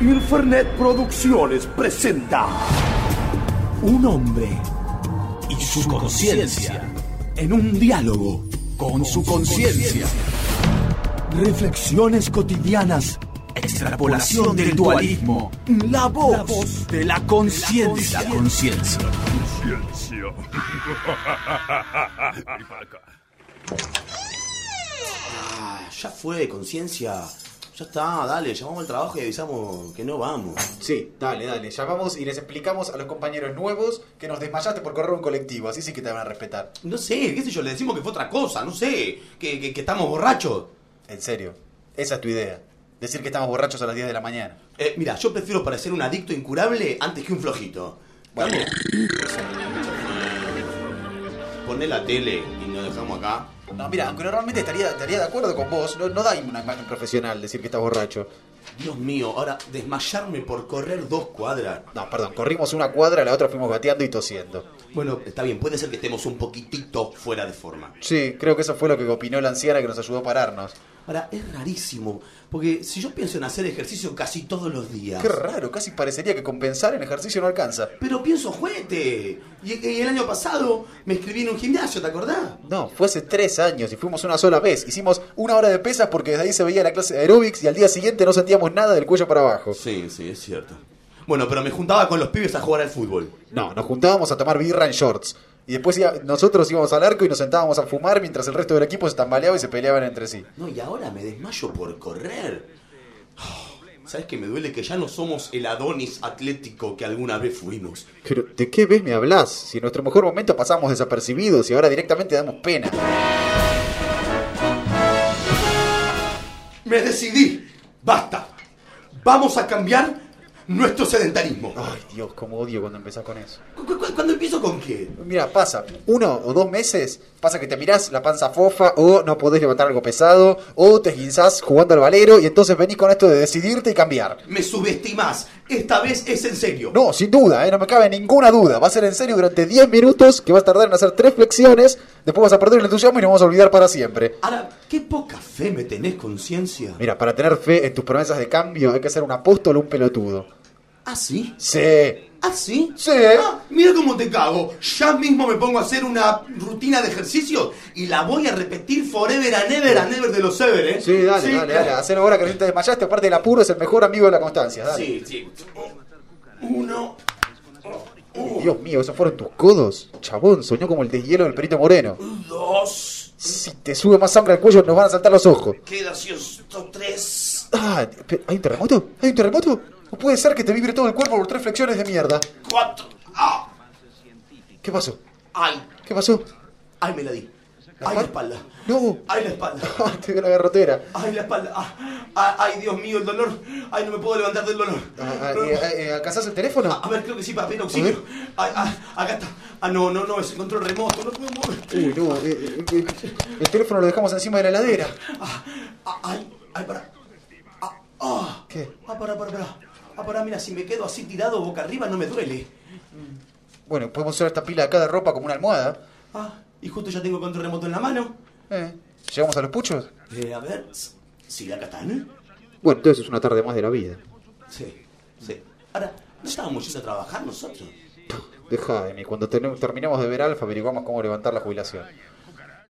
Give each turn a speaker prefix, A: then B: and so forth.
A: Infernet Producciones presenta Un hombre y su conciencia en un diálogo con su conciencia. Reflexiones cotidianas, extrapolación del dualismo, la voz de la conciencia. conciencia.
B: Ah, ya fue, conciencia. Ya está, dale, llamamos al trabajo y avisamos que no vamos.
C: Sí, dale, dale. Llamamos y les explicamos a los compañeros nuevos que nos desmayaste por correr un colectivo. Así sí que te van a respetar.
B: No sé, qué sé yo, le decimos que fue otra cosa, no sé, que, que- que estamos borrachos.
C: En serio. Esa es tu idea. Decir que estamos borrachos a las 10 de la mañana.
B: Eh, mira, yo prefiero parecer un adicto incurable antes que un flojito.
C: Bueno.
B: Vamos. Poné la tele y nos dejamos acá.
C: No, mira, aunque normalmente estaría, estaría de acuerdo con vos, no, no da una imagen profesional decir que estás borracho.
B: Dios mío, ahora desmayarme por correr dos cuadras.
C: No, perdón, corrimos una cuadra, la otra fuimos gateando y tosiendo.
B: Bueno, está bien, puede ser que estemos un poquitito fuera de forma.
C: Sí, creo que eso fue lo que opinó la anciana que nos ayudó a pararnos.
B: Ahora, es rarísimo, porque si yo pienso en hacer ejercicio casi todos los días.
C: Qué raro, casi parecería que compensar en ejercicio no alcanza.
B: Pero pienso juguete. Y, y el año pasado me inscribí en un gimnasio, ¿te acordás?
C: No, fue hace tres años y fuimos una sola vez. Hicimos una hora de pesas porque desde ahí se veía la clase de aeróbics y al día siguiente no sentíamos nada del cuello para abajo.
B: Sí, sí, es cierto. Bueno, pero me juntaba con los pibes a jugar al fútbol.
C: No, nos juntábamos a tomar birra en shorts. Y después iba- nosotros íbamos al arco y nos sentábamos a fumar mientras el resto del equipo se tambaleaba y se peleaban entre sí.
B: No, y ahora me desmayo por correr. ¿Sabes que me duele que ya no somos el Adonis atlético que alguna vez fuimos?
C: Pero, ¿de qué vez me hablas? Si en nuestro mejor momento pasamos desapercibidos y ahora directamente damos pena.
B: Me decidí. Basta. Vamos a cambiar nuestro sedentarismo.
C: Ay, Dios, cómo odio cuando empezás con eso.
B: ¿Cu- cu- cu- ¿Cuándo empiezo con qué?
C: Mira, pasa, uno o dos meses, pasa que te mirás la panza fofa, o no podés levantar algo pesado, o te esguinzás jugando al valero, y entonces venís con esto de decidirte y cambiar.
B: Me subestimás. Esta vez es en serio.
C: No, sin duda, ¿eh? no me cabe ninguna duda. Va a ser en serio durante 10 minutos, que vas a tardar en hacer tres flexiones, después vas a perder el entusiasmo y nos vamos a olvidar para siempre.
B: Ahora, qué poca fe me tenés conciencia.
C: Mira, para tener fe en tus promesas de cambio hay que ser un apóstol o un pelotudo.
B: ¿Ah, sí?
C: Sí.
B: ¿Ah, sí?
C: Sí.
B: Ah, mira cómo te cago. Ya mismo me pongo a hacer una rutina de ejercicio y la voy a repetir forever and ever and ever de los ever, ¿eh?
C: Sí, dale, dale, dale. Hacer ahora que recién te desmayaste, aparte el apuro es el mejor amigo de la constancia. Dale.
B: Sí, sí. Uno.
C: Dios mío, esos fueron tus codos. Chabón, soñó como el deshielo del perito moreno.
B: Dos.
C: Si te sube más sangre al cuello, nos van a saltar los ojos.
B: Queda ciento tres.
C: Ah, pe- ¿hay un terremoto? ¿Hay un terremoto? No puede ser que te vibre todo el cuerpo por tres flexiones de mierda.
B: Cuatro. ¡Ah!
C: ¿Qué pasó?
B: ¡Ay!
C: ¿Qué pasó?
B: ¡Ay, me la di! ¡Ay, la espalda!
C: No.
B: ¡Ay, la espalda!
C: Ah, te dio la garrotera.
B: ¡Ay, la espalda! Ah, ah, ¡Ay, Dios mío, el dolor! ¡Ay, no me puedo levantar del dolor!
C: Ah, ah, eh, ah, eh, ¿Alcanzás el teléfono?
B: A ver, creo que sí, para pedir auxilio. Ay, ah, acá está. Ah, no, no, no, es el control remoto, no puedo mover.
C: Uy, no. eh, eh, eh, el teléfono lo dejamos encima de la heladera.
B: Ah, ah, ay, ay, para. Ah, ah.
C: ¿Qué?
B: Ah, para, para, para. Ah, para, mira, si me quedo así tirado boca arriba no me duele.
C: Bueno, podemos usar esta pila acá de ropa como una almohada.
B: Ah, y justo ya tengo el control remoto en la mano.
C: Eh, ¿Llegamos a los puchos?
B: Eh, a ver. s- Sí, acá están. ¿eh?
C: Bueno, entonces es una tarde más de la vida.
B: Sí, sí. Ahora, ¿no estábamos yendo a trabajar nosotros?
C: Deja, Emi, cuando tenemos- terminemos de ver Alfa averiguamos cómo levantar la jubilación.